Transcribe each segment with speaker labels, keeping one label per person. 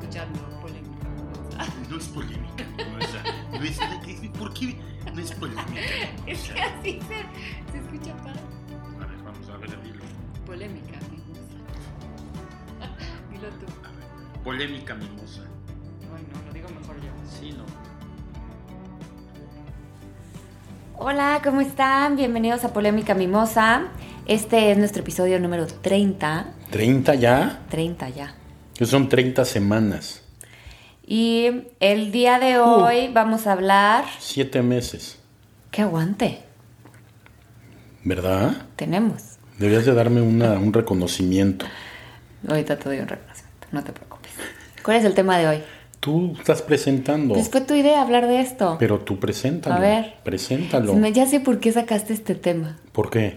Speaker 1: escuchando polémica.
Speaker 2: No es polémica. No es, no es- ¿Por qué no es polémica?
Speaker 1: Es que así se, se escucha para
Speaker 2: A ver, vamos a ver, dilo.
Speaker 1: polémica, mi gusta. Dilo tú.
Speaker 2: A ver. Polémica mimosa.
Speaker 1: Ay, no, lo digo mejor yo.
Speaker 2: Sí, no.
Speaker 3: Hola, ¿cómo están? Bienvenidos a Polémica Mimosa. Este es nuestro episodio número 30.
Speaker 4: ¿30 ya?
Speaker 3: 30 ya.
Speaker 4: Que son 30 semanas.
Speaker 3: Y el día
Speaker 4: Uh.
Speaker 3: de hoy vamos a hablar...
Speaker 4: 7 meses.
Speaker 3: ¡Qué aguante!
Speaker 4: ¿Verdad?
Speaker 3: Tenemos.
Speaker 4: Debías de darme una- un reconocimiento.
Speaker 3: Ahorita te doy un reconocimiento, no te preocupes. ¿Cuál es el tema de hoy?
Speaker 4: Tú estás presentando.
Speaker 3: Pues fue tu idea hablar de esto.
Speaker 4: Pero tú preséntalo.
Speaker 3: A ver.
Speaker 4: Preséntalo.
Speaker 3: Me- Ah. Ya sé por qué sacaste este tema.
Speaker 4: ¿Por qué?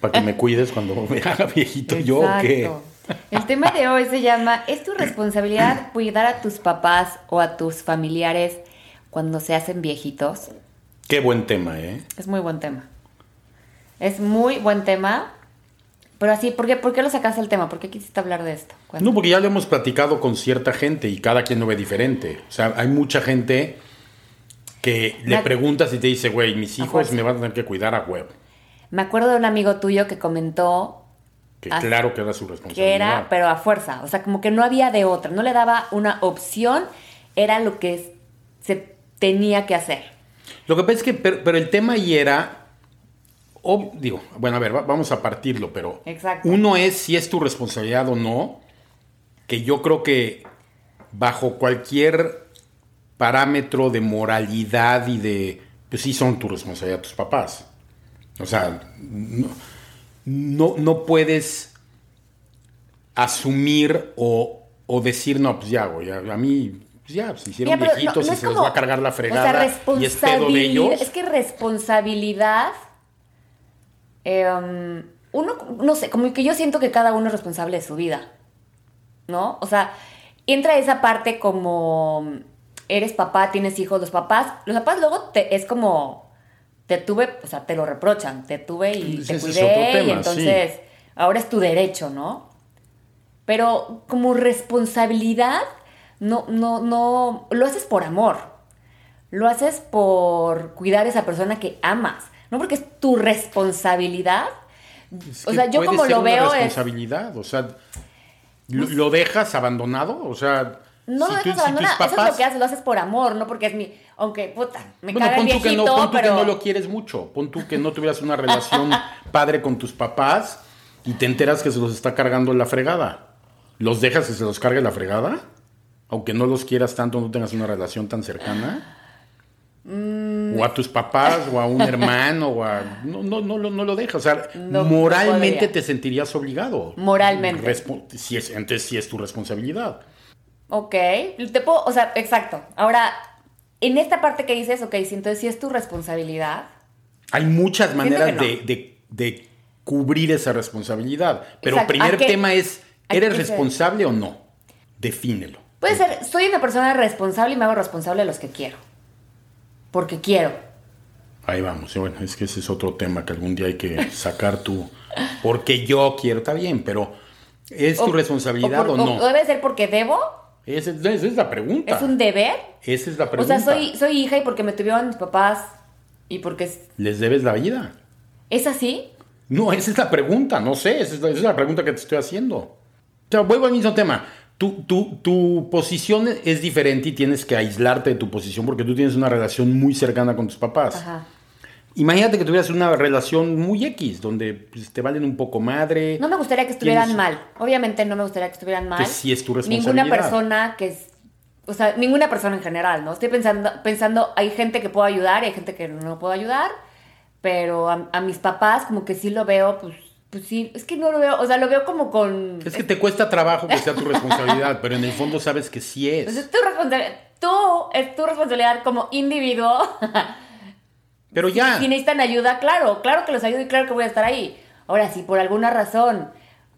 Speaker 4: ¿Para que me cuides cuando me haga viejito yo o qué?
Speaker 3: Exacto. El tema de hoy se llama ¿Es tu responsabilidad cuidar a tus papás o a tus familiares cuando se hacen viejitos?
Speaker 4: Qué buen tema, ¿eh?
Speaker 3: Es muy buen tema. Es muy buen tema. Pero así, ¿por qué, ¿por qué lo sacaste el tema? ¿Por qué quisiste hablar de esto? Cuenta.
Speaker 4: No, porque ya lo hemos platicado con cierta gente y cada quien lo ve diferente. O sea, hay mucha gente que le
Speaker 3: La-
Speaker 4: preguntas y te dice, güey, mis
Speaker 3: A
Speaker 4: hijos
Speaker 3: fuerza.
Speaker 4: me van a tener que cuidar a huevo.
Speaker 3: Me acuerdo de un amigo tuyo que comentó
Speaker 4: Que
Speaker 3: Ah,
Speaker 4: claro que era su responsabilidad.
Speaker 3: que era, pero a fuerza. O sea, como que no había de otra. No le daba una opción. Era lo que s- se tenía que hacer.
Speaker 4: Lo que pasa es que, pero, pero el tema ahí era, ob- digo, bueno, a ver, va- vamos a partirlo, pero
Speaker 3: Exacto.
Speaker 4: uno es si es tu responsabilidad o no, que yo creo que bajo cualquier parámetro de moralidad y de, pues sí son tu responsabilidad tus papás. O sea, no, no, no puedes asumir o, o decir, no, pues ya, güey, a, a mí, pues ya, se hicieron
Speaker 3: Ya, pero no-
Speaker 4: viejitos
Speaker 3: no
Speaker 4: y
Speaker 3: es
Speaker 4: se les
Speaker 3: como-
Speaker 4: va a cargar la fregada
Speaker 3: O sea,
Speaker 4: y es pedo de ellos.
Speaker 3: responsabili- Es que responsabilidad. em, uno, no sé, como que yo siento que cada uno es responsable de su vida. ¿No? O sea, entra esa parte como. Eres papá, tienes hijos, los papás. Los papás luego te, es como. Te tuve, o sea, te lo reprochan. Te tuve y
Speaker 4: Ese
Speaker 3: te
Speaker 4: es
Speaker 3: cuidé.
Speaker 4: otro tema,
Speaker 3: y entonces, ahora es tu derecho, ¿no? Pero como responsabilidad, no, no, no, lo haces por amor. Lo haces por cuidar a esa persona que amas. No porque es tu responsabilidad.
Speaker 4: Es
Speaker 3: o
Speaker 4: que
Speaker 3: sea, yo
Speaker 4: puede
Speaker 3: como
Speaker 4: ser
Speaker 3: lo
Speaker 4: una
Speaker 3: veo es...
Speaker 4: responsabilidad, o sea, lo, lo dejas abandonado, o sea,
Speaker 3: No
Speaker 4: si tú-
Speaker 3: lo dejas
Speaker 4: si tus
Speaker 3: abandonar. Eso es lo
Speaker 4: papás-
Speaker 3: que haces, lo haces por amor, no porque es mi... Aunque, puta, me
Speaker 4: bueno,
Speaker 3: caga el
Speaker 4: pon tú que
Speaker 3: viejito,
Speaker 4: no, pon tú
Speaker 3: pero...
Speaker 4: que no lo quieres mucho, pon tú que no tuvieras una relación padre con tus papás y te enteras que se los está cargando la fregada. ¿Los dejas que se los cargue la fregada? Aunque no los quieras tanto, no tengas una relación tan cercana.
Speaker 3: Mm.
Speaker 4: O a tus papás, o a un hermano, o a... No, no, no, lo- no lo dejas. O sea,
Speaker 3: No, no
Speaker 4: moralmente
Speaker 3: podría.
Speaker 4: te sentirías obligado.
Speaker 3: Moralmente.
Speaker 4: Respo- si es, entonces sí es tu responsabilidad.
Speaker 3: Ok, te puedo, o sea, exacto. Ahora, en esta parte que dices, ok, si entonces sí es tu responsabilidad,
Speaker 4: Hay muchas maneras
Speaker 3: que
Speaker 4: de,
Speaker 3: no.
Speaker 4: de- de cubrir esa responsabilidad. Pero
Speaker 3: Exacto.
Speaker 4: primer
Speaker 3: ¿A qué-
Speaker 4: tema es,
Speaker 3: a
Speaker 4: ¿eres
Speaker 3: qué se-
Speaker 4: responsable o no? Defínelo.
Speaker 3: Puede ser, soy una persona responsable y me hago responsable de los que quiero. Porque quiero.
Speaker 4: Ahí vamos. Y Bueno, es que ese es otro tema que algún día hay que sacar tú. Porque yo quiero, está bien, pero ¿es tu
Speaker 3: O-
Speaker 4: responsabilidad o,
Speaker 3: por-
Speaker 4: no?
Speaker 3: debe ser porque debo,
Speaker 4: Esa es, esa es la pregunta.
Speaker 3: es un deber.
Speaker 4: Esa es la pregunta.
Speaker 3: O sea, soy, soy hija y porque me tuvieron mis papás y porque es,
Speaker 4: ¿Les debes la vida?
Speaker 3: ¿es así.
Speaker 4: No, esa es la pregunta, no sé, esa es la, esa es la pregunta que te estoy haciendo. O sea, vuelvo al mismo tema. Tu, tu- tu posición es diferente y tienes que aislarte de tu posición porque tú tienes una relación muy cercana con tus papás.
Speaker 3: Ajá.
Speaker 4: Imagínate que tuvieras una relación muy X, donde pues, te valen un poco madre.
Speaker 3: No me gustaría que estuvieran
Speaker 4: Tienes-
Speaker 3: mal. Obviamente no me gustaría que estuvieran mal.
Speaker 4: Que sí es tu
Speaker 3: Ninguna
Speaker 4: responsabilidad.
Speaker 3: persona que es. O sea, ninguna persona en general, ¿no? Estoy pensando, pensando, hay gente que puedo ayudar y hay gente que no puedo ayudar. Pero a, a mis papás, como que sí lo veo, pues, pues sí. Es que no lo veo, o sea, lo veo como con.
Speaker 4: Es que te cuesta trabajo que sea tu responsabilidad, pero en el fondo sabes que sí
Speaker 3: Pues
Speaker 4: es.
Speaker 3: es tu responsabilidad. Tú, es tu responsabilidad como individuo.
Speaker 4: Pero ya,
Speaker 3: Si necesitan ayuda, claro, claro que los ayudo y claro que voy a estar ahí. Ahora, si por alguna razón,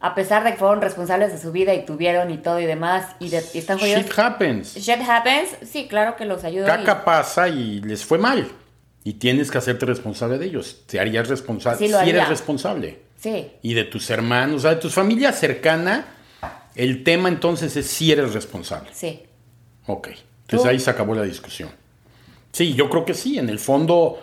Speaker 3: a pesar de que fueron responsables de su vida y tuvieron y todo y demás, y, de- y están jodidos.
Speaker 4: shit happens.
Speaker 3: Shit happens, sí, claro que los ayudo. y-
Speaker 4: Caca pasa y les fue mal. Y tienes que hacerte responsable de ellos. Te harías responsable.
Speaker 3: Sí, lo
Speaker 4: si eres
Speaker 3: haría.
Speaker 4: responsable.
Speaker 3: Sí,
Speaker 4: y de tus hermanos, o sea, de tus familias cercana, el tema entonces es si eres responsable.
Speaker 3: sí.
Speaker 4: Ok. Entonces ahí se acabó la discusión. Sí, yo creo que sí. En el fondo,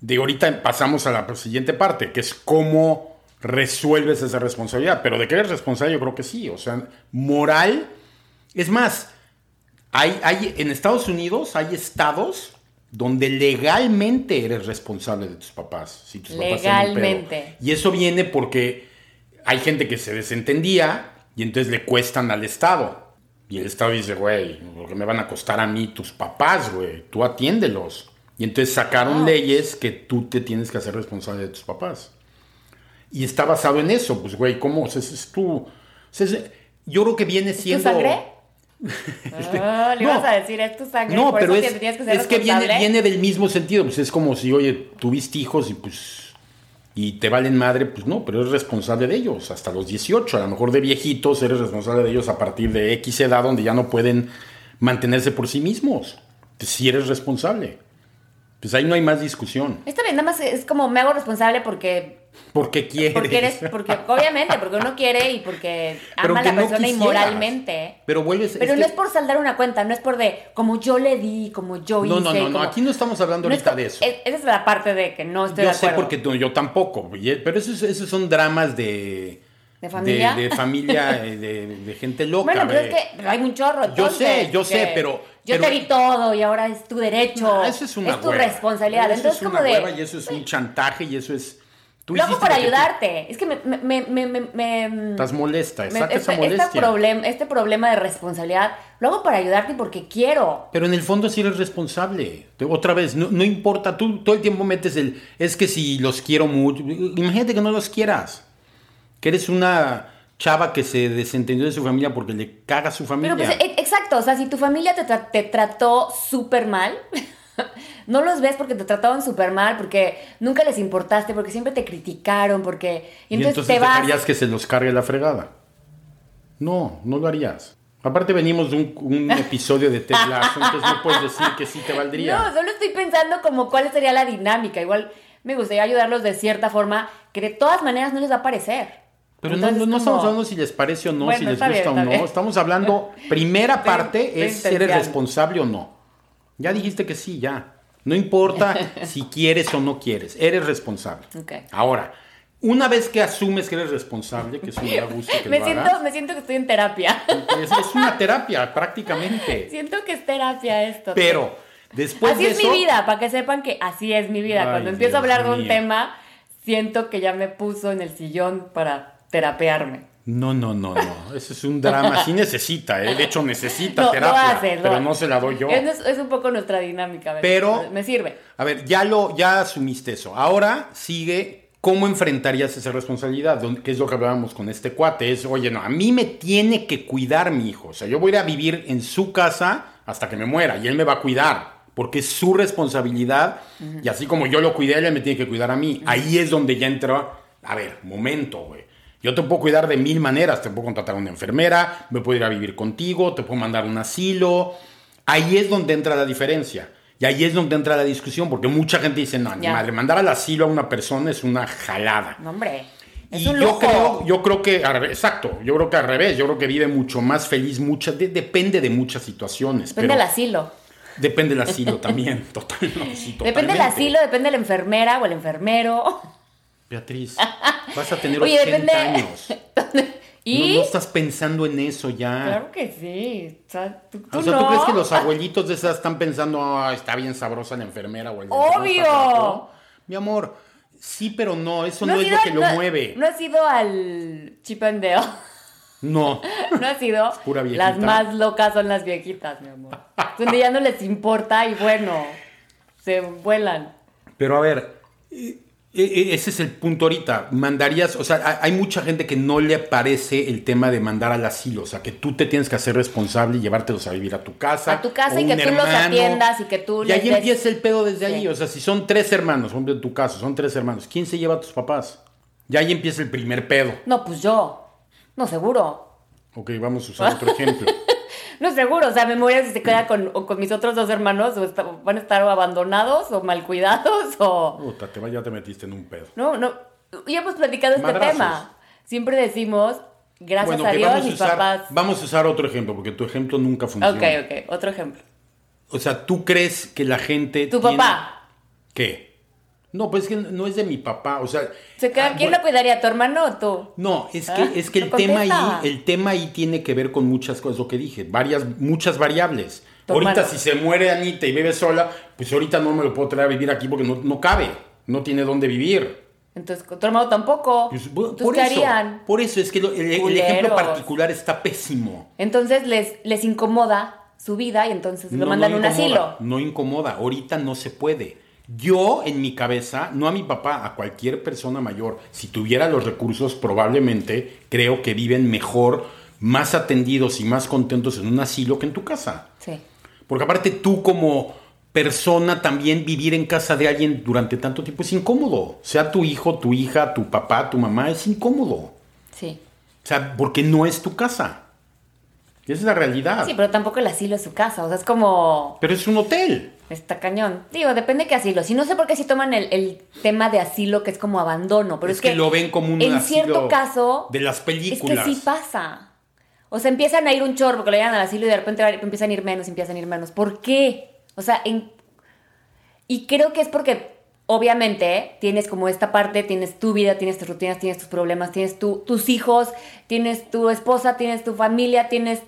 Speaker 4: de ahorita pasamos a la siguiente parte, que es cómo resuelves esa responsabilidad. Pero de que eres responsable, yo creo que sí. O sea, moral. Es más, hay, hay, en Estados Unidos hay estados donde legalmente eres responsable de tus papás. Si tus papás tienen un pedo.
Speaker 3: Legalmente.
Speaker 4: Y eso viene porque hay gente que se desentendía y entonces le cuestan al Estado. Y el Estado dice, güey, lo que me van a costar a mí tus papás, güey, tú atiéndelos. Y entonces sacaron
Speaker 3: Ah.
Speaker 4: leyes que tú te tienes que hacer responsable de tus papás. Y está basado en eso, pues, güey, ¿cómo? O sea, ese es tu... o sea, ese- yo creo que viene
Speaker 3: ¿Es tu
Speaker 4: siendo... Este,
Speaker 3: sangre? No, le
Speaker 4: No.
Speaker 3: ibas a decir, es tu sangre.
Speaker 4: No,
Speaker 3: por
Speaker 4: pero
Speaker 3: eso
Speaker 4: es,
Speaker 3: te tienes que, ser
Speaker 4: es que viene,
Speaker 3: responsable.
Speaker 4: viene del mismo sentido. Pues es como si, oye, tuviste hijos y pues. Y te valen madre, pues no, pero eres responsable de ellos hasta los 18. A lo mejor de viejitos eres responsable de ellos a partir de X edad donde ya no pueden mantenerse por sí mismos. Pues sí eres responsable. Pues ahí no hay más discusión.
Speaker 3: Está bien, nada más es como me hago responsable porque,
Speaker 4: Porque quieres.
Speaker 3: porque eres, porque obviamente, porque uno quiere y porque
Speaker 4: Pero
Speaker 3: ama a
Speaker 4: que
Speaker 3: la
Speaker 4: no
Speaker 3: persona
Speaker 4: quisieras.
Speaker 3: inmoralmente.
Speaker 4: Pero vuelves.
Speaker 3: Pero no
Speaker 4: que-
Speaker 3: es por saldar una cuenta, no es por de como yo le di, como yo hice.
Speaker 4: No, no, no, no,
Speaker 3: como-
Speaker 4: Aquí no estamos hablando
Speaker 3: No es
Speaker 4: ahorita
Speaker 3: co-
Speaker 4: de eso.
Speaker 3: es- esa es la parte de que no estoy
Speaker 4: yo
Speaker 3: de acuerdo.
Speaker 4: sé porque tú- yo tampoco, y- e, pero esos, esos son dramas de...
Speaker 3: ¿De familia?
Speaker 4: De, de familia, eh, de, de gente loca.
Speaker 3: Bueno, pero es
Speaker 4: ve.
Speaker 3: que pero hay un chorro.
Speaker 4: Yo
Speaker 3: entonces,
Speaker 4: sé, yo sé,
Speaker 3: que
Speaker 4: pero-
Speaker 3: Yo
Speaker 4: pero-
Speaker 3: te di todo y ahora es tu derecho.
Speaker 4: No, eso es una
Speaker 3: Es tu
Speaker 4: hueva.
Speaker 3: responsabilidad.
Speaker 4: Eso
Speaker 3: entonces,
Speaker 4: es una
Speaker 3: como de.
Speaker 4: hueva y eso es un chantaje y eso es... Tú
Speaker 3: lo hago
Speaker 4: hiciste
Speaker 3: para
Speaker 4: lo que tú-
Speaker 3: ayudarte. Es que me. me, me, me, me- me-
Speaker 4: Estás molesta,
Speaker 3: me-
Speaker 4: saca esa
Speaker 3: este, este
Speaker 4: molestia.
Speaker 3: problema, este problema de responsabilidad lo hago para ayudarte y porque quiero.
Speaker 4: Pero en el fondo sí eres responsable. Te- Otra vez, no, no importa, tú todo el tiempo metes el... Es que si los quiero mucho... Imagínate que no los quieras. Que eres una chava que se desentendió de su familia porque le caga a su familia.
Speaker 3: Pero pues, e- exacto, o sea, si tu familia te, tra- te trató súper mal, no los ves porque te trataban súper mal, porque nunca les importaste, porque siempre te criticaron, porque... Y entonces, te vas...
Speaker 4: dejarías que se los cargue la fregada. No, no lo harías. Aparte venimos de un, un episodio de Ted Lasso, entonces no puedes decir que sí te
Speaker 3: No,
Speaker 4: valdría.
Speaker 3: solo estoy pensando como cuál sería la dinámica. Igual me gustaría ayudarlos de cierta forma que de todas maneras no les va a parecer.
Speaker 4: Pero no,
Speaker 3: Entonces,
Speaker 4: no- no
Speaker 3: como-
Speaker 4: estamos hablando si les parece o no,
Speaker 3: Bueno,
Speaker 4: si les
Speaker 3: está bien,
Speaker 4: gusta
Speaker 3: está
Speaker 4: o no.
Speaker 3: bien.
Speaker 4: Estamos hablando, primera parte es si eres
Speaker 3: intensiando.
Speaker 4: responsable o no. Ya dijiste que sí, ya. No importa si quieres o no quieres, eres responsable.
Speaker 3: Ok.
Speaker 4: Ahora, una vez que asumes que eres responsable, que es un da gusto que
Speaker 3: Me
Speaker 4: lo
Speaker 3: siento,
Speaker 4: hagas,
Speaker 3: me siento que estoy en terapia.
Speaker 4: es, es una terapia prácticamente.
Speaker 3: siento que es terapia esto.
Speaker 4: Pero después
Speaker 3: así
Speaker 4: de
Speaker 3: es
Speaker 4: eso,
Speaker 3: mi vida, para que sepan que así es mi vida.
Speaker 4: Ay,
Speaker 3: Cuando empiezo a
Speaker 4: Dios
Speaker 3: hablar de un
Speaker 4: mío.
Speaker 3: tema, siento que ya me puso en el sillón para terapearme.
Speaker 4: No, no, no, no. Ese es un drama. Sí necesita, ¿eh? De hecho, necesita
Speaker 3: Lo- lo
Speaker 4: terapia.
Speaker 3: haces, lo
Speaker 4: pero
Speaker 3: haces.
Speaker 4: no se la doy yo.
Speaker 3: Es, es un poco nuestra dinámica. me-
Speaker 4: Pero-
Speaker 3: Me sirve.
Speaker 4: A ver, ya lo, ya asumiste eso. Ahora sigue cómo enfrentarías esa responsabilidad, Don- que es lo que hablábamos con este cuate. Es, oye, no, a mí me tiene que cuidar mi hijo. O sea, yo voy a ir a vivir en su casa hasta que me muera y él me va a cuidar. Porque es su responsabilidad y así como yo lo cuidé, él me tiene que cuidar a mí. Ahí es donde ya entra, a ver, momento, güey. Yo te puedo cuidar de mil maneras. Te puedo contratar a una enfermera, me puedo ir a vivir contigo, te puedo mandar a un asilo. Ahí es donde entra la diferencia. Y ahí es donde entra la discusión, porque mucha gente dice, no, ni
Speaker 3: Ya.
Speaker 4: madre, mandar al asilo a una persona es una jalada.
Speaker 3: No, hombre. Es
Speaker 4: Y
Speaker 3: un
Speaker 4: yo
Speaker 3: lujo.
Speaker 4: creo, yo creo que, al revés, exacto, yo creo que al revés, yo creo que vive mucho más feliz, muchas de- depende de muchas situaciones.
Speaker 3: Depende
Speaker 4: pero
Speaker 3: del asilo.
Speaker 4: Depende del asilo también, total, no, sí,
Speaker 3: Depende del
Speaker 4: totalmente.
Speaker 3: asilo, depende de la enfermera o el enfermero.
Speaker 4: Beatriz, vas a tener
Speaker 3: Oye,
Speaker 4: 80
Speaker 3: depende-
Speaker 4: años. No,
Speaker 3: Y.
Speaker 4: no estás pensando en eso ya.
Speaker 3: Claro que sí. O sea, tú, tú
Speaker 4: o sea, ¿tú
Speaker 3: no.
Speaker 4: crees que los abuelitos de esas están pensando, "Ah, está bien sabrosa la enfermera o el
Speaker 3: ¡Obvio!
Speaker 4: enfermo está guapo"? Mi amor, sí, pero no, eso no,
Speaker 3: has
Speaker 4: es lo
Speaker 3: ido
Speaker 4: que
Speaker 3: al-
Speaker 4: lo
Speaker 3: no-
Speaker 4: mueve.
Speaker 3: No has ido al chipendeo.
Speaker 4: No.
Speaker 3: No has ido.
Speaker 4: pura viejita.
Speaker 3: las más locas son las viejitas, mi amor. Donde ya no les importa y bueno, se vuelan.
Speaker 4: Pero a ver, eh, eh, ese es el punto ahorita. Mandarías, o sea, ha- hay mucha gente que no le parece el tema de mandar al asilo, o sea, que tú te tienes que hacer responsable y llevártelos a vivir a tu casa.
Speaker 3: A tu casa
Speaker 4: o
Speaker 3: y
Speaker 4: un
Speaker 3: que tú los atiendas y que tú
Speaker 4: Y
Speaker 3: les
Speaker 4: ahí
Speaker 3: des-
Speaker 4: empieza el pedo desde
Speaker 3: Sí.
Speaker 4: ahí, o sea, si son tres hermanos, hombre, en tu caso, son tres hermanos, ¿quién se lleva a tus papás? Y ahí empieza el primer pedo.
Speaker 3: No, pues yo. No, seguro.
Speaker 4: Ok, vamos a usar otro ejemplo.
Speaker 3: No, seguro. O sea, me muero si se queda con, o con mis otros dos hermanos. O está- van a estar o abandonados o mal cuidados o.
Speaker 4: Puta, te va- ya te metiste en un pedo.
Speaker 3: No, no. Ya hemos platicado este
Speaker 4: Madrazos.
Speaker 3: tema. Siempre decimos gracias
Speaker 4: bueno,
Speaker 3: a
Speaker 4: que
Speaker 3: Dios,
Speaker 4: vamos a,
Speaker 3: mis
Speaker 4: usar,
Speaker 3: papás.
Speaker 4: vamos a usar otro ejemplo, porque tu ejemplo nunca funcionó.
Speaker 3: Ok, ok, otro ejemplo.
Speaker 4: O sea, ¿tú crees que la gente.
Speaker 3: Tu
Speaker 4: tiene-
Speaker 3: papá.
Speaker 4: ¿Qué? No, pues es que no es de mi papá. O sea.
Speaker 3: Se queda-
Speaker 4: ah,
Speaker 3: ¿Quién
Speaker 4: bueno,
Speaker 3: lo cuidaría? ¿Tu hermano o tú?
Speaker 4: No, es que,
Speaker 3: Ah,
Speaker 4: es que el
Speaker 3: no
Speaker 4: tema ahí,
Speaker 3: contesta.
Speaker 4: el tema ahí tiene que ver con muchas cosas, lo que dije, varias, muchas variables.
Speaker 3: Tu
Speaker 4: ahorita
Speaker 3: hermano.
Speaker 4: si se muere Anita y bebe sola, pues ahorita no me lo puedo traer a vivir aquí porque no, no cabe, no tiene dónde vivir.
Speaker 3: Entonces, tu hermano tampoco.
Speaker 4: Pues, bu-
Speaker 3: Oh, Entonces,
Speaker 4: por,
Speaker 3: ¿qué
Speaker 4: eso,
Speaker 3: harían?
Speaker 4: por eso es que lo- el, el ejemplo
Speaker 3: Culeros.
Speaker 4: particular está pésimo.
Speaker 3: Entonces, les, les incomoda su vida y entonces lo
Speaker 4: No,
Speaker 3: mandan
Speaker 4: no
Speaker 3: a un
Speaker 4: incomoda,
Speaker 3: asilo.
Speaker 4: No incomoda, ahorita no se puede. Yo en mi cabeza, no a mi papá, a cualquier persona mayor, si tuviera los recursos, probablemente creo que viven mejor, más atendidos y más contentos en un asilo que en tu casa.
Speaker 3: Sí.
Speaker 4: Porque aparte tú como persona también vivir en casa de alguien durante tanto tiempo es incómodo. Sea tu hijo, tu hija, tu papá, tu mamá, es incómodo.
Speaker 3: Sí.
Speaker 4: O sea, porque no es tu casa. Esa es la realidad.
Speaker 3: Sí, pero tampoco el asilo es su casa. O sea, es como.
Speaker 4: Pero es un hotel.
Speaker 3: Está cañón. Digo, depende qué asilo. Si no sé por qué si toman el, el tema de asilo que es como abandono. Pero es,
Speaker 4: es, que, lo ven como un
Speaker 3: En
Speaker 4: asilo
Speaker 3: cierto caso.
Speaker 4: de las películas.
Speaker 3: Es que sí pasa. O sea, empiezan a ir un chorro porque lo llegan al asilo y de repente va- empiezan a ir menos, empiezan a ir menos. ¿Por qué? O sea, en... y creo que es porque obviamente tienes como esta parte, tienes tu vida, tienes tus rutinas, tienes tus problemas, tienes tu- tus hijos, tienes tu esposa, tienes tu familia, tienes...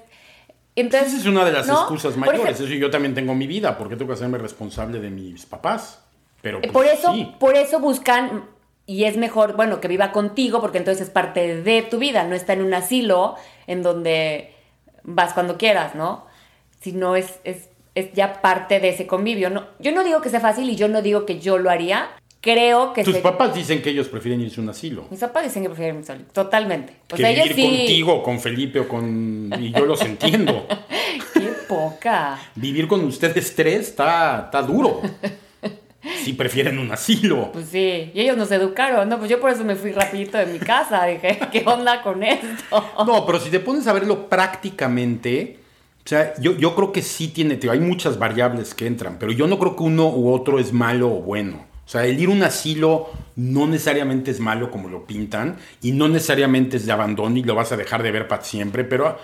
Speaker 3: Entonces,
Speaker 4: Esa es una de las
Speaker 3: ¿no?
Speaker 4: excusas
Speaker 3: Por
Speaker 4: mayores.
Speaker 3: eso-
Speaker 4: Eso yo también tengo mi vida. ¿Por qué tengo que hacerme responsable de mis papás? Pero
Speaker 3: Eh,
Speaker 4: pues,
Speaker 3: por eso,
Speaker 4: sí.
Speaker 3: por eso buscan y es mejor, bueno, que viva contigo porque entonces es parte de tu vida, no está en un asilo en donde vas cuando quieras, ¿no? Sino es, es, es ya parte de ese convivio. No, yo no digo que sea fácil y yo no digo que yo lo haría. Creo que
Speaker 4: Tus
Speaker 3: se-
Speaker 4: papás dicen que ellos prefieren irse a un asilo.
Speaker 3: mis papás dicen que prefieren irme solito, totalmente. O
Speaker 4: que
Speaker 3: sea, ellos
Speaker 4: vivir
Speaker 3: sí.
Speaker 4: contigo, con Felipe o con... Y yo los entiendo.
Speaker 3: Qué poca.
Speaker 4: Vivir con ustedes tres está, está duro. Si prefieren un asilo.
Speaker 3: Pues sí, y ellos nos educaron, ¿no? Pues yo por eso me fui rapidito de mi casa, dije, ¿qué onda con esto?
Speaker 4: No, pero si te pones a verlo prácticamente, o sea, yo, yo creo que sí tiene, tío, hay muchas variables que entran, pero yo no creo que uno u otro es malo o bueno. O sea, el ir a un asilo no necesariamente es malo como lo pintan y no necesariamente es de abandono y lo vas a dejar de ver para siempre, pero,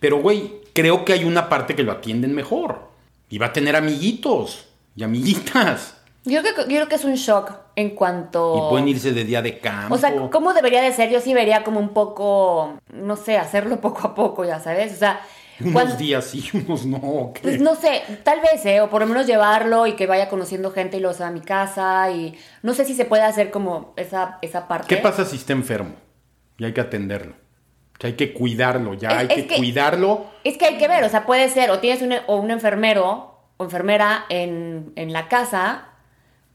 Speaker 4: pero güey, creo que hay una parte que lo atienden mejor y va a tener amiguitos y amiguitas
Speaker 3: Yo creo, que, yo creo que es un shock en cuanto...
Speaker 4: y pueden irse de día de campo.
Speaker 3: Oh. O sea, ¿cómo debería de ser? Yo sí vería como un poco, no sé, hacerlo poco a poco, ya sabes. O sea,
Speaker 4: unos
Speaker 3: cuan-
Speaker 4: días sí, unos no. ¿o qué?
Speaker 3: pues no sé, tal vez, ¿eh? O por lo menos llevarlo y que vaya conociendo gente y lo sea a mi casa. Y no sé si se puede hacer como esa, esa parte.
Speaker 4: ¿Qué pasa si está enfermo? Y hay que atenderlo. O sea, hay que cuidarlo, ya
Speaker 3: Es-
Speaker 4: hay
Speaker 3: es
Speaker 4: que,
Speaker 3: que-
Speaker 4: cuidarlo.
Speaker 3: Es que hay que ver, o sea, puede ser, o tienes un, o un enfermero o enfermera en, en la casa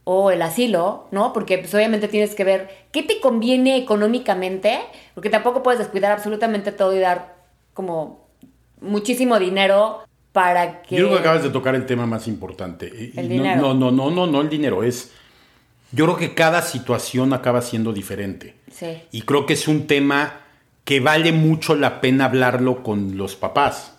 Speaker 3: o el asilo, ¿no? Porque pues, obviamente tienes que ver qué te conviene económicamente, porque tampoco puedes descuidar absolutamente todo y dar como muchísimo dinero para que...
Speaker 4: Yo creo que acabas de tocar el tema más importante. Y- y
Speaker 3: El
Speaker 4: no-
Speaker 3: dinero.
Speaker 4: No, no, no, no, no el dinero. Es. Yo creo que cada situación acaba siendo diferente.
Speaker 3: Sí.
Speaker 4: Y creo que es un tema que vale mucho la pena hablarlo con los papás.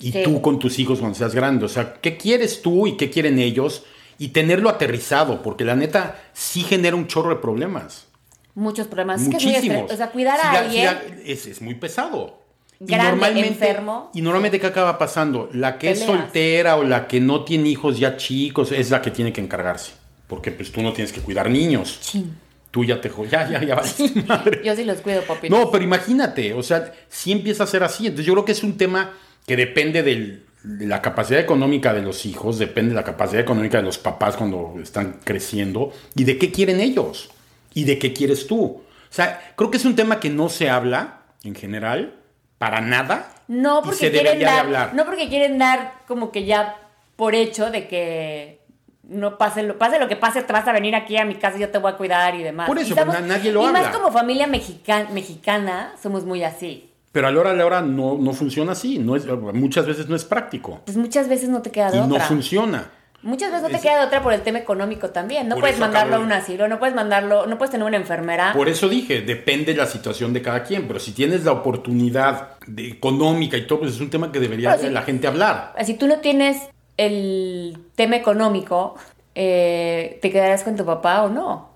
Speaker 4: Y
Speaker 3: Sí.
Speaker 4: tú con tus hijos cuando seas grande. O sea, ¿qué quieres tú y qué quieren ellos? Y tenerlo aterrizado, porque la neta sí genera un chorro de problemas.
Speaker 3: Muchos problemas. Es que es muy
Speaker 4: Muchísimos.
Speaker 3: estres- o sea, cuidar a
Speaker 4: Sí, ya- sí,
Speaker 3: alguien...
Speaker 4: ya- es, es muy pesado.
Speaker 3: Grande, enfermo.
Speaker 4: Y normalmente, ¿qué acaba pasando? La que es
Speaker 3: Peleas.
Speaker 4: soltera o la que no tiene hijos ya chicos es la que tiene que encargarse. Porque pues tú no tienes que cuidar niños.
Speaker 3: Chin.
Speaker 4: Tú ya te... jo- Ya, ya, ya valiste madre.
Speaker 3: Yo sí los cuido, papi.
Speaker 4: No, pero imagínate, o sea, si empieza a ser así. Entonces yo creo que es un tema que depende del- de la capacidad económica de los hijos, depende de la capacidad económica de los papás cuando están creciendo y de qué quieren ellos y de qué quieres tú. O sea, creo que es un tema que no se habla en general para nada.
Speaker 3: No
Speaker 4: y
Speaker 3: porque
Speaker 4: se
Speaker 3: quieren
Speaker 4: debería de
Speaker 3: dar,
Speaker 4: hablar.
Speaker 3: no porque quieren dar como que ya por hecho de que no pase lo, pase lo que pase, te vas a venir aquí a mi casa y yo te voy a cuidar y demás.
Speaker 4: Por
Speaker 3: Y
Speaker 4: eso, pero na- nadie lo
Speaker 3: y más
Speaker 4: habla.
Speaker 3: como familia mexica- mexicana, somos muy así.
Speaker 4: Pero a la hora a la hora no, no funciona así. No es, muchas veces no es práctico
Speaker 3: Pues muchas veces no te queda
Speaker 4: y
Speaker 3: de
Speaker 4: no
Speaker 3: otra.
Speaker 4: funciona.
Speaker 3: muchas veces no te
Speaker 4: es-
Speaker 3: queda de otra por el tema económico también. No
Speaker 4: Por
Speaker 3: puedes
Speaker 4: eso
Speaker 3: mandarlo a
Speaker 4: acabo
Speaker 3: un
Speaker 4: de-
Speaker 3: asilo, no puedes mandarlo, no puedes tener una enfermera.
Speaker 4: Por eso dije, depende la situación de cada quien, pero si tienes la oportunidad de- económica y todo, pues es un tema que debería
Speaker 3: Pero Ah, sí.
Speaker 4: la gente hablar.
Speaker 3: Si tú no tienes el tema económico, eh, ¿te quedarás con tu papá o no?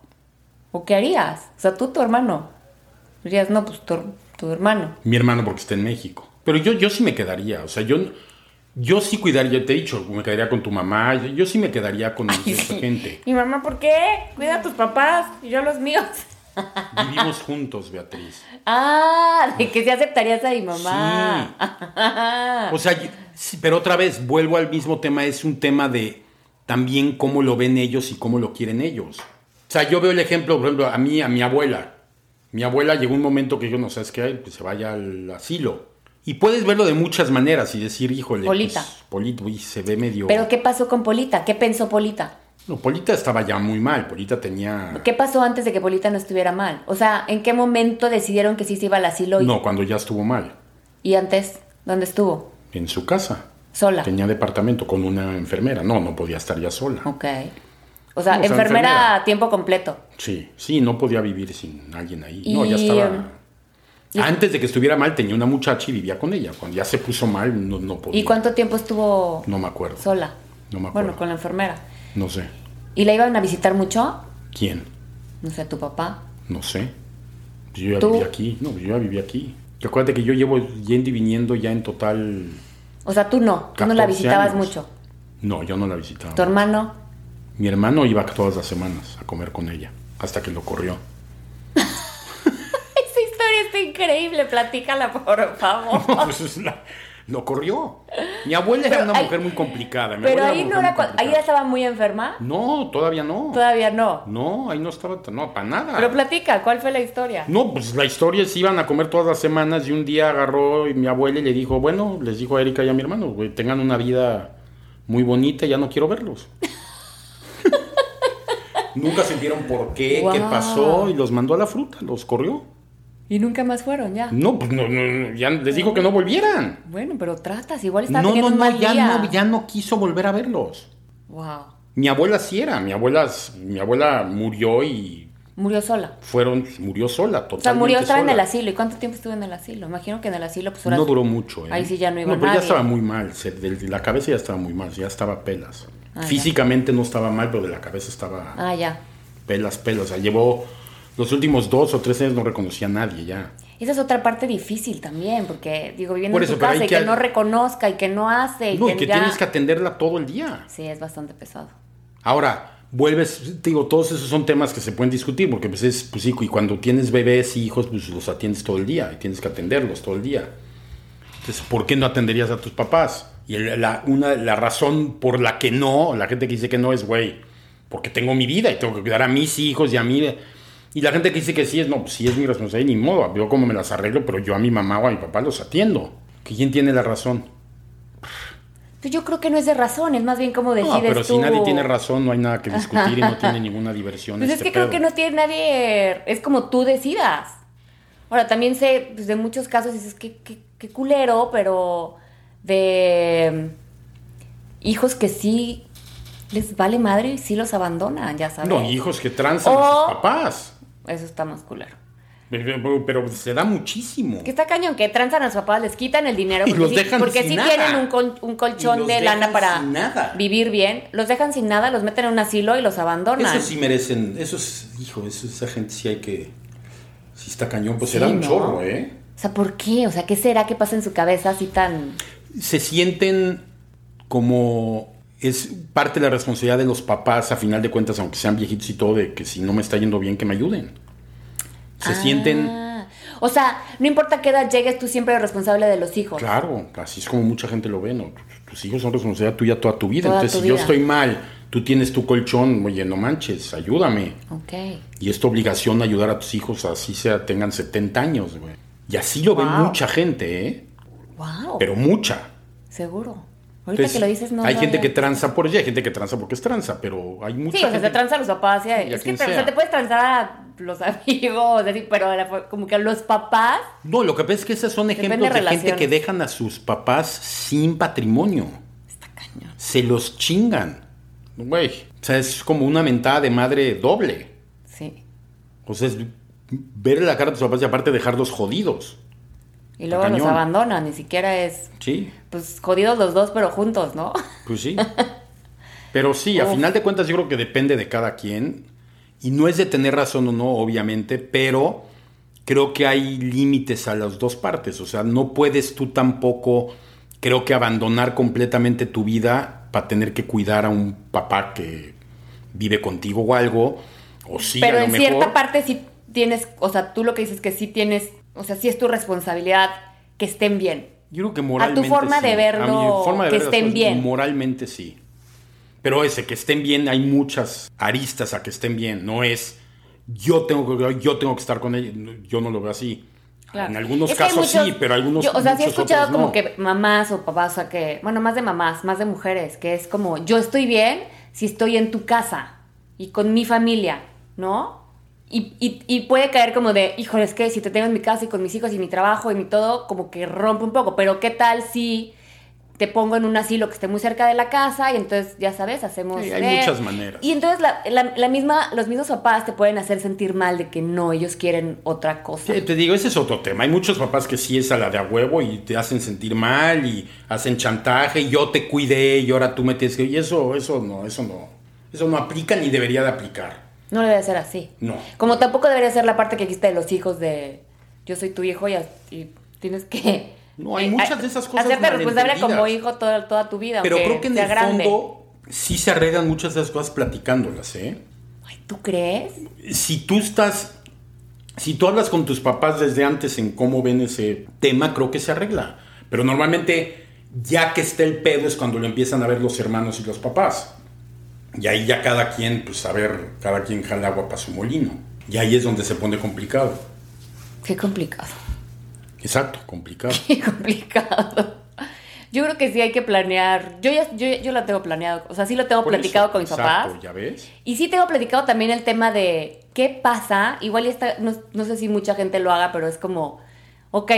Speaker 3: ¿O qué harías? O sea, tú, tu hermano. Dirías, no, pues tu, tu hermano.
Speaker 4: Mi hermano porque está en México. Pero yo, yo sí me quedaría, o sea, yo, yo sí cuidaría, te he dicho, me quedaría con tu mamá, yo, yo sí me quedaría con
Speaker 3: Y
Speaker 4: esa
Speaker 3: sí.
Speaker 4: gente.
Speaker 3: Mi mamá, ¿por qué? Cuida a tus papás y yo a los míos.
Speaker 4: Vivimos juntos, Beatriz.
Speaker 3: Ah, de que sí aceptarías a mi mamá.
Speaker 4: O sea, y- sí, pero otra vez, vuelvo al mismo tema, es un tema de también cómo lo ven ellos y cómo lo quieren ellos. O sea, yo veo el ejemplo, por ejemplo, a mí, a mi abuela. Mi abuela llegó un momento que yo no sé, es que ay, pues, se vaya al asilo. Y puedes verlo de muchas maneras y decir, híjole,
Speaker 3: Polita.
Speaker 4: pues, Polita, uy, se ve medio...
Speaker 3: Pero ¿qué pasó con Polita? ¿Qué pensó Polita?
Speaker 4: No, Polita estaba ya muy mal, Polita tenía...
Speaker 3: ¿Qué pasó antes de que Polita no estuviera mal? O sea, ¿en qué momento decidieron que sí se iba al asilo y,
Speaker 4: No, cuando ya estuvo mal,
Speaker 3: y antes? ¿Dónde estuvo?
Speaker 4: en su casa.
Speaker 3: Sola.
Speaker 4: Tenía departamento con una enfermera. No, no podía estar ya sola.
Speaker 3: Ok.
Speaker 4: No,
Speaker 3: O sea,
Speaker 4: o sea,
Speaker 3: enfermera,
Speaker 4: enfermera.
Speaker 3: a tiempo completo.
Speaker 4: Sí, sí, no podía vivir sin alguien ahí. No, ya
Speaker 3: Y,
Speaker 4: estaba.
Speaker 3: y-
Speaker 4: Antes de que estuviera mal, tenía una muchacha y vivía con ella. Cuando ya se puso mal, no, no podía.
Speaker 3: ¿Y cuánto tiempo estuvo
Speaker 4: No me acuerdo.
Speaker 3: sola?
Speaker 4: No me acuerdo.
Speaker 3: Bueno, con la enfermera.
Speaker 4: No sé.
Speaker 3: ¿Y la iban a visitar mucho?
Speaker 4: ¿Quién?
Speaker 3: No sé, tu papá.
Speaker 4: No sé. Yo ya
Speaker 3: ¿Tú?
Speaker 4: viví aquí. No, yo ya viví aquí. Que Acuérdate que yo llevo yendo y viniendo ya en total.
Speaker 3: O sea, tú no. Tú no la
Speaker 4: 14
Speaker 3: visitabas
Speaker 4: años.
Speaker 3: mucho.
Speaker 4: No, yo no la
Speaker 3: Tu
Speaker 4: visitaba.
Speaker 3: hermano.
Speaker 4: Mi hermano iba todas las semanas a comer con ella. Hasta que lo corrió.
Speaker 3: Esa historia está increíble. Platícala, por favor.
Speaker 4: No, pues, es la- lo corrió. Mi abuela era
Speaker 3: Pero
Speaker 4: una
Speaker 3: ahí-
Speaker 4: mujer muy complicada. mi
Speaker 3: Pero
Speaker 4: abuela
Speaker 3: ahí
Speaker 4: una
Speaker 3: no
Speaker 4: mujer muy
Speaker 3: era. cua- Ahí ya
Speaker 4: complicada.
Speaker 3: estaba muy enferma.
Speaker 4: No, todavía no.
Speaker 3: Todavía no.
Speaker 4: No, ahí no estaba, tan- no, para nada.
Speaker 3: Pero platica, ¿cuál fue la historia?
Speaker 4: no, pues la historia es iban a comer todas las semanas y un día agarró y mi abuela y le dijo, bueno, les dijo a Erika y a mi hermano, güey, tengan una vida muy bonita, ya no quiero verlos. Nunca sentieron por qué, qué
Speaker 3: Guau.
Speaker 4: pasó y los mandó a la fruta, los corrió.
Speaker 3: Y nunca más fueron ya.
Speaker 4: No, pues no, no, no, ya les dijo que no volvieran.
Speaker 3: Bueno, pero tratas, igual
Speaker 4: No,
Speaker 3: estaba
Speaker 4: no,
Speaker 3: teniendo un
Speaker 4: no
Speaker 3: mal
Speaker 4: ya,
Speaker 3: día.
Speaker 4: no, ya no quiso volver a verlos.
Speaker 3: Wow.
Speaker 4: Mi abuela sí era, mi abuela, mi abuela murió y
Speaker 3: Murió sola.
Speaker 4: fueron, murió sola, totalmente
Speaker 3: O sea, murió, estaba en
Speaker 4: sola.
Speaker 3: el asilo. ¿Y cuánto tiempo estuvo en el asilo? Imagino que en el asilo, pues ahora.
Speaker 4: No duró mucho, ¿eh?
Speaker 3: Ahí sí ya no iba
Speaker 4: pero
Speaker 3: nadie.
Speaker 4: ya estaba muy mal, se- de- de la cabeza ya estaba muy mal, ya estaba pelas.
Speaker 3: Ah, ya.
Speaker 4: Físicamente no estaba mal, pero de la cabeza estaba
Speaker 3: Ah, ya.
Speaker 4: pelas, pelas. O sea, llevó los últimos dos o tres años no reconocía a nadie ya.
Speaker 3: Esa es otra parte difícil también, porque digo, viviendo
Speaker 4: Por
Speaker 3: en
Speaker 4: eso,
Speaker 3: tu
Speaker 4: pero hay
Speaker 3: casa y que,
Speaker 4: que-
Speaker 3: no reconozca y que no hace. Y
Speaker 4: no,
Speaker 3: que,
Speaker 4: y que
Speaker 3: ya-
Speaker 4: tienes que atenderla todo el día.
Speaker 3: Sí, es bastante pesado.
Speaker 4: Ahora, vuelves, te digo, todos esos son temas que se pueden discutir, porque pues es, pues sí, y cuando tienes bebés y hijos, pues los atiendes todo el día, y tienes que atenderlos todo el día. Entonces, ¿por qué no atenderías a tus papás? Y el- la, una, la razón por la que no, la gente que dice que no es, güey, porque tengo mi vida y tengo que cuidar a mis hijos y a mí. Y la gente que dice que sí es, no, pues sí es mi responsabilidad, ni modo, veo cómo me las arreglo, pero yo a mi mamá o a mi papá los atiendo. ¿Quién tiene la razón?
Speaker 3: Pues yo creo que no es de razón, es más bien como decides
Speaker 4: No, pero
Speaker 3: tú.
Speaker 4: si nadie tiene razón, no hay nada que discutir y no tiene ninguna diversión.
Speaker 3: Pues es
Speaker 4: este
Speaker 3: que creo
Speaker 4: pedo.
Speaker 3: que no tiene nadie, es como tú decidas. Ahora, también sé, pues de muchos casos dices, qué, qué, qué culero, pero de mm, hijos que sí les vale madre y sí los abandonan, ya sabes.
Speaker 4: No, hijos que transan
Speaker 3: O-
Speaker 4: a sus papás.
Speaker 3: Eso está más culero.
Speaker 4: Pero, pero se da muchísimo.
Speaker 3: Que está cañón, que transan a sus papás, les quitan el dinero.
Speaker 4: Y los
Speaker 3: sí,
Speaker 4: dejan
Speaker 3: porque
Speaker 4: sin
Speaker 3: sí
Speaker 4: nada.
Speaker 3: tienen un, col- un
Speaker 4: Y
Speaker 3: colchón
Speaker 4: los
Speaker 3: de
Speaker 4: dejan
Speaker 3: lana para
Speaker 4: sin nada.
Speaker 3: vivir bien. Los dejan sin nada, los meten en un asilo y los abandonan.
Speaker 4: Eso sí merecen. Eso es, hijo, eso, esa gente sí hay que. Si está cañón, pues se
Speaker 3: Sí,
Speaker 4: da un
Speaker 3: ¿no?
Speaker 4: chorro, ¿eh?
Speaker 3: O sea, ¿por qué? O sea, ¿qué será que pasa en su cabeza así tan...
Speaker 4: Se sienten como. Es parte de la responsabilidad de los papás, a final de cuentas, aunque sean viejitos y todo, de que si no me está yendo bien, que me ayuden. Se
Speaker 3: Ah.
Speaker 4: sienten.
Speaker 3: O sea, no importa qué edad llegues, tú siempre eres responsable de los hijos.
Speaker 4: Claro, así es como mucha gente lo ve, ¿no? Tus- Tus hijos son responsabilidad tuya toda tu vida.
Speaker 3: Toda
Speaker 4: Entonces,
Speaker 3: tu
Speaker 4: si yo
Speaker 3: vida.
Speaker 4: estoy mal, tú tienes tu colchón, oye, no manches, ayúdame.
Speaker 3: Ok.
Speaker 4: Y esta obligación de ayudar a tus hijos, así sea, tengan 70 años, güey. Y así lo ve
Speaker 3: Wow.
Speaker 4: mucha gente, ¿eh?
Speaker 3: Wow.
Speaker 4: Pero mucha.
Speaker 3: Seguro. Oh. Ahorita
Speaker 4: Entonces,
Speaker 3: que lo dices, no.
Speaker 4: hay
Speaker 3: no
Speaker 4: gente que
Speaker 3: había-
Speaker 4: tranza por ella, hay gente que tranza porque es tranza, pero hay mucha
Speaker 3: Sí, o sea,
Speaker 4: gente
Speaker 3: se tranza a los papás. sí,
Speaker 4: a
Speaker 3: es que
Speaker 4: quien
Speaker 3: pero, o sea,
Speaker 4: sea.
Speaker 3: te puedes transar a los amigos, así, pero a la- como que a los papás.
Speaker 4: No, lo que pasa es que esos son
Speaker 3: Depende
Speaker 4: ejemplos de,
Speaker 3: de
Speaker 4: gente que
Speaker 3: relaciones.
Speaker 4: dejan a sus papás sin patrimonio. Se los chingan. Güey. O sea, es como una mentada de madre doble.
Speaker 3: Sí.
Speaker 4: O sea, es ver la cara de tus papás y aparte dejarlos jodidos.
Speaker 3: Y luego los
Speaker 4: Cañón.
Speaker 3: abandonan, ni siquiera es.
Speaker 4: Sí,
Speaker 3: Pues jodidos los dos, pero juntos, ¿no?
Speaker 4: pues sí. Pero sí, a
Speaker 3: Uf.
Speaker 4: final de cuentas yo creo que depende de cada quien. Y no es de tener razón o no, obviamente, pero creo que hay límites a las dos partes. O sea, no puedes tú tampoco, creo que abandonar completamente tu vida para tener que cuidar a un papá que vive contigo o algo. O sí,
Speaker 3: Pero
Speaker 4: a lo
Speaker 3: en
Speaker 4: mejor.
Speaker 3: cierta parte sí tienes, o sea, tú lo que dices que sí tienes, o sea, sí es tu responsabilidad que estén bien.
Speaker 4: Yo creo que moralmente.
Speaker 3: forma
Speaker 4: sí.
Speaker 3: de verlo,
Speaker 4: A mi forma de
Speaker 3: que
Speaker 4: ver las
Speaker 3: estén
Speaker 4: cosas,
Speaker 3: bien.
Speaker 4: Moralmente sí. Pero ese, que estén bien, hay muchas aristas a que estén bien. No es yo tengo que, yo tengo que estar con ella. No, Yo no lo veo así.
Speaker 3: Claro.
Speaker 4: En algunos
Speaker 3: Es que hay
Speaker 4: casos
Speaker 3: muchos-
Speaker 4: sí, pero algunos.
Speaker 3: yo, o sea, sí he
Speaker 4: muchos
Speaker 3: escuchado
Speaker 4: otros
Speaker 3: como
Speaker 4: no.
Speaker 3: que mamás o papás, o sea, que. Bueno, más de mamás, más de mujeres, que es como yo estoy bien si estoy en tu casa y con mi familia, ¿no? Y, y- y puede caer como de, híjole, es que si te tengo en mi casa y con mis hijos y mi trabajo y mi todo, como que rompe un poco. Pero ¿qué tal si te pongo en un asilo que esté muy cerca de la casa y entonces, ya sabes, hacemos...
Speaker 4: Sí, hay
Speaker 3: de-
Speaker 4: muchas maneras.
Speaker 3: Y entonces la, la- la misma, los mismos papás te pueden hacer sentir mal de que no, ellos quieren otra cosa.
Speaker 4: Sí, te digo, ese es otro tema. Hay muchos papás que sí es a la de a huevo y te hacen sentir mal y hacen chantaje y yo te cuidé y ahora tú me tienes que... Y eso, eso no, eso no. Eso no aplica ni debería de aplicar.
Speaker 3: No debe ser así.
Speaker 4: No.
Speaker 3: Como tampoco debería ser la parte que dijiste de los hijos de yo soy tu hijo y, as- y tienes que...
Speaker 4: No, hay
Speaker 3: eh,
Speaker 4: muchas
Speaker 3: a-
Speaker 4: de esas cosas
Speaker 3: Hacerte responsable
Speaker 4: malentendidas.
Speaker 3: como hijo toda, toda tu vida.
Speaker 4: Pero
Speaker 3: aunque
Speaker 4: creo que en
Speaker 3: sea
Speaker 4: el
Speaker 3: grande.
Speaker 4: fondo sí se arreglan muchas de las cosas platicándolas, ¿eh?
Speaker 3: Ay, ¿Tú crees?
Speaker 4: si tú estás, si tú hablas con tus papás desde antes en cómo ven ese tema, creo que se arregla. Pero normalmente, ya que está el pedo, es cuando lo empiezan a ver los hermanos y los papás. Y ahí ya cada quien, pues a ver, cada quien jala agua para su molino. Y ahí es donde se pone complicado.
Speaker 3: Qué complicado.
Speaker 4: Exacto, complicado.
Speaker 3: Qué complicado. Yo creo que sí hay que planear. Yo ya yo, yo lo tengo planeado. O sea, sí lo tengo
Speaker 4: Por
Speaker 3: platicado
Speaker 4: eso,
Speaker 3: con mis
Speaker 4: exacto,
Speaker 3: papás.
Speaker 4: ¿Ya ves?
Speaker 3: Y sí tengo platicado también el tema de qué pasa. Igual y está, no, no sé si mucha gente lo haga, pero es como, ok,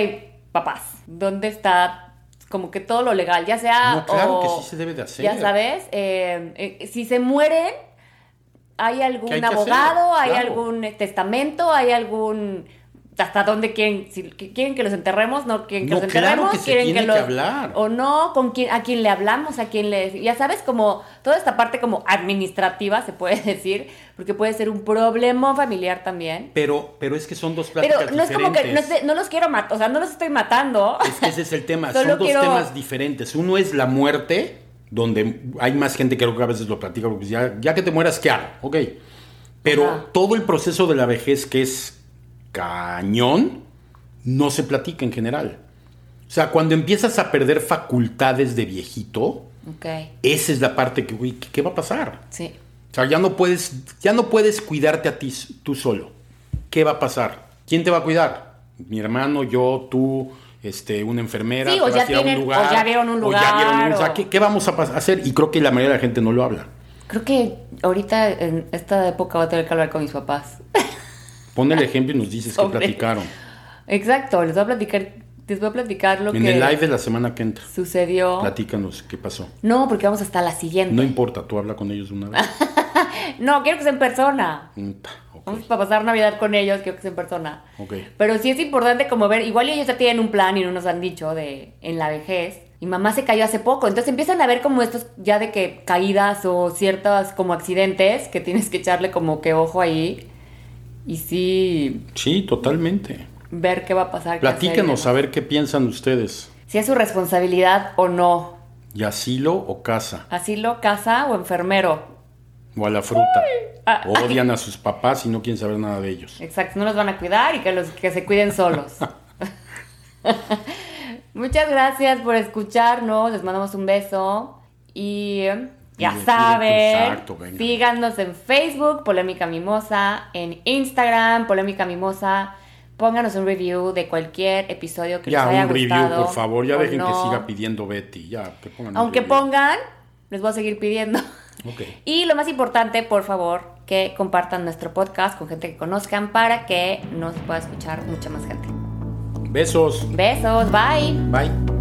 Speaker 3: papás, ¿dónde está como que todo lo legal? Ya sea...
Speaker 4: No, claro
Speaker 3: o-
Speaker 4: que sí se debe de hacer.
Speaker 3: Ya sabes, eh, eh, si se mueren, ¿hay algún
Speaker 4: ¿Qué hay que
Speaker 3: abogado?
Speaker 4: hacer?
Speaker 3: ¿Hay
Speaker 4: Claro.
Speaker 3: algún eh, testamento? ¿Hay algún... ¿Hasta dónde quieren? Si qui- quieren que los enterremos, no quieren que
Speaker 4: No,
Speaker 3: los
Speaker 4: claro
Speaker 3: enterremos,
Speaker 4: que se
Speaker 3: quieren
Speaker 4: tiene que
Speaker 3: los-
Speaker 4: hablar.
Speaker 3: o no, con quién, a quién le hablamos, a quién le, ya sabes, como toda esta parte como administrativa se puede decir, porque puede ser un problema familiar también.
Speaker 4: Pero, pero es que son dos pláticas
Speaker 3: Pero no es como que no,
Speaker 4: diferentes.
Speaker 3: es de- no los quiero matar, o sea, no los estoy matando.
Speaker 4: Es que ese es el tema.
Speaker 3: Solo
Speaker 4: Son dos
Speaker 3: quiero-
Speaker 4: temas diferentes. Uno es la muerte, donde hay más gente que creo que a veces lo platica, porque ya, ya que te mueras, ¿qué hago? Ok. Pero
Speaker 3: Ajá.
Speaker 4: todo el proceso de la vejez, que es cañón, no se platica en general. O sea, cuando empiezas a perder facultades de viejito,
Speaker 3: Ok,
Speaker 4: esa es la parte que, güey, ¿qué qué va a pasar?
Speaker 3: sí.
Speaker 4: O sea, ya no puedes, ya no puedes cuidarte a ti s- tú solo. ¿Qué va a pasar? ¿Quién te va a cuidar? Mi hermano, yo, tú, este, una enfermera.
Speaker 3: Sí,
Speaker 4: te
Speaker 3: o
Speaker 4: vas
Speaker 3: ya
Speaker 4: a ir a un
Speaker 3: tienen-
Speaker 4: lugar,
Speaker 3: o ya vieron un
Speaker 4: o ya vieron un-
Speaker 3: lugar,
Speaker 4: o sea,
Speaker 3: o-
Speaker 4: ¿qué, qué vamos a pas- a hacer? Y creo que la mayoría de la gente no lo habla.
Speaker 3: Creo que ahorita en esta época voy a tener que hablar con mis papás.
Speaker 4: Pon el ejemplo y nos dices qué
Speaker 3: Ah, Sobre-
Speaker 4: platicaron.
Speaker 3: Exacto, les voy a platicar, les voy a platicar lo
Speaker 4: En
Speaker 3: que
Speaker 4: el live de la semana que entra,
Speaker 3: sucedió.
Speaker 4: platícanos qué pasó.
Speaker 3: No, porque vamos hasta la siguiente.
Speaker 4: No
Speaker 3: No,
Speaker 4: importa, tú habla con ellos de una vez.
Speaker 3: Ah. quiero que sea en persona.
Speaker 4: Mm, ta, ok.
Speaker 3: Vamos para pasar Navidad con ellos, quiero que sea en persona.
Speaker 4: Ok.
Speaker 3: Pero sí es importante como ver, igual ellos ya tienen un plan y no nos han dicho de en la vejez. Y mamá se cayó hace poco, entonces empiezan a ver como estos ya de que caídas o ciertas como accidentes que tienes que echarle como que ojo ahí y sí
Speaker 4: Sí, totalmente.
Speaker 3: ver qué va a pasar. qué hacer y
Speaker 4: Platícanos a
Speaker 3: demás.
Speaker 4: ver qué piensan ustedes.
Speaker 3: Si es su responsabilidad o no.
Speaker 4: ¿Y asilo o casa?
Speaker 3: Asilo, casa o enfermero.
Speaker 4: O a la fruta.
Speaker 3: Ah,
Speaker 4: Odian a sus papás y no quieren saber nada de ellos.
Speaker 3: Exacto, no los van a cuidar y que, los, que se cuiden solos. Muchas gracias por escucharnos, les mandamos un beso y eh, ya
Speaker 4: Y- y-
Speaker 3: saben,
Speaker 4: exacto, venga.
Speaker 3: síganos en Facebook, Polémica Mimosa, en Instagram, Polémica Mimosa, pónganos un review de cualquier episodio que
Speaker 4: Ya,
Speaker 3: les haya
Speaker 4: un review,
Speaker 3: gustado
Speaker 4: por favor. Ya
Speaker 3: o
Speaker 4: dejen que
Speaker 3: no.
Speaker 4: siga pidiendo Betty. Ya, que pongan un
Speaker 3: Aunque
Speaker 4: review.
Speaker 3: pongan, les voy a seguir pidiendo.
Speaker 4: Ok.
Speaker 3: Y lo más importante, por favor, que compartan nuestro podcast con gente que conozcan para que nos pueda escuchar mucha más gente.
Speaker 4: Besos.
Speaker 3: Besos, bye.
Speaker 4: Bye.